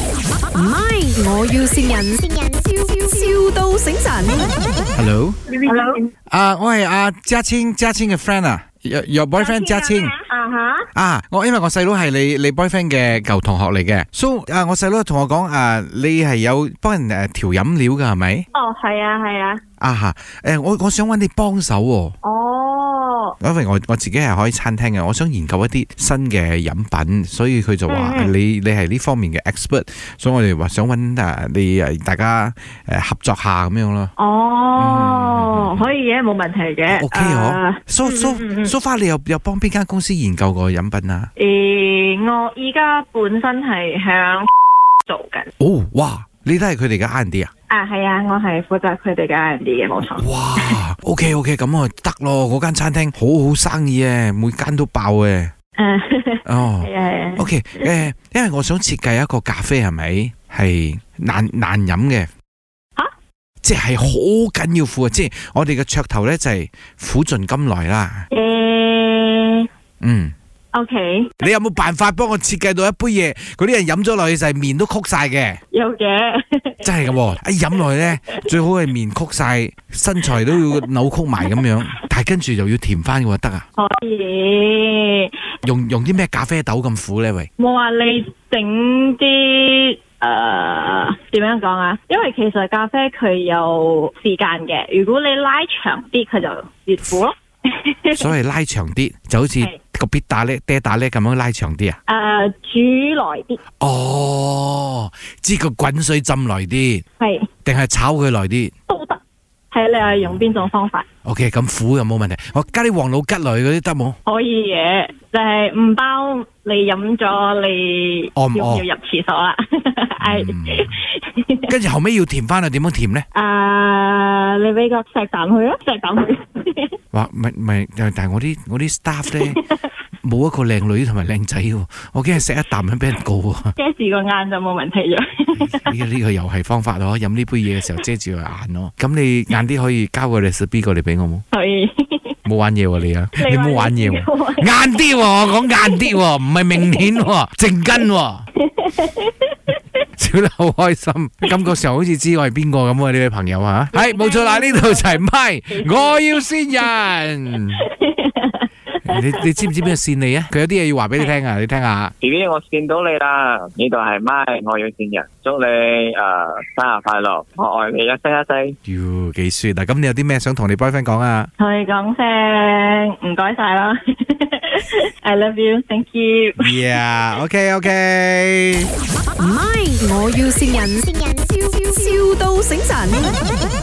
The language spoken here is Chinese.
唔係，我要善人，笑笑到醒神。 Hello， Hello，啊，我係阿嘉青，嘉青嘅 friend 啊，your your boyfriend 嘉青啊哈，啊，我因為我細佬係你你 boyfriend 嘅舊同學嚟嘅，so 啊，我細佬同我講啊，你係有幫人诶调饮料噶係咪？哦，係啊，係啊，啊吓，诶、我我想揾你幫手喎。哦，因為我我自己係開餐廳嘅，我想研究一啲新嘅飲品，所以佢就話、嗯嗯你你係呢方面嘅 expert，所以我哋話想揾啊你啊大家誒、合作下咁樣咯。哦，可以嘅，冇問題嘅 OK 嗬啊，so 嗯 so 嗯嗯 so far 你有有幫邊間公司研究過飲品啊？诶，我依家本身係響 做緊，哦，哇！你都係佢哋嘅 R&D 啊？啊，係啊，我係負責佢哋嘅 R&D 嘅，冇哦錯。 哇！OK OK，咁啊得咯，嗰間餐廳好好生意啊，每間都爆嘅。诶， 哦係啊，係啊。 ，OK，诶、因為我想設計一個咖啡係咪係難難飲嘅？吓即係好緊要苦啊！即係我哋嘅噱頭咧就係苦盡甘來啦。诶嗯， ，OK，你有冇辦法幫我設計到一杯嘢，嗰啲人飲咗落去就係面都曲晒嘅？有嘅， 真係㗎喎，一飲落去咧，最好係面曲晒，身材都要扭曲埋咁樣，但係跟住又要甜翻嘅喎，得啊！可以。用用啲咩咖啡豆咁苦咧？喂，冇話你整啲誒點樣講啊？因為其實咖啡佢有時間嘅，如果你拉長啲，佢就越苦咯。 所以拉長啲，就好似係個必打咧、爹打咧咁樣拉長啲啊！誒、煮耐啲，哦，知個滾水浸耐啲，係定係炒佢耐啲都得，睇你係用邊種方法？OK，咁苦又冇問題。我加啲黃老吉類嗰啲得冇？可以嘅，就係、唔包你飲咗你餓唔餓要唔要入廁所啦？ 係誒、跟住後尾要甜翻啊？點樣甜咧？你俾個石蛋佢啊， 石蛋佢。哇，咪咪，但係我啲我啲 staff 咧冇一個靚女同埋靚仔喎，我驚係食一啖咁俾人告喎。遮住個眼就冇問題咗。呢個呢個又係方法咯，飲呢杯嘢嘅時候遮住個眼咯。咁你晏啲可以交個 recipe 過嚟俾我冇？所以冇玩嘢喎你啊， 你話冇玩嘢喎。晏啲喎，我講晏啲 喎，唔係明年喎，靜根 喎。笑得好開心，感覺上好似知我係邊個咁啊！呢位朋友啊，係冇錯啦，呢度就係 咪，我要先人。你你知唔知邊個線你啊？佢有啲嘢要話俾你聽啊，你 聽下。 B B，我見到你啦，呢度係咪我要見人，祝你诶、呃生日快樂，我愛你一生一世。哟，幾 s 啊！咁你有啲咩想同你 boyfriend 講啊？同佢講聲唔該晒啦 ，I love you，thank you。 Yeah，OK OK。唔係，我要善人，笑笑到醒神。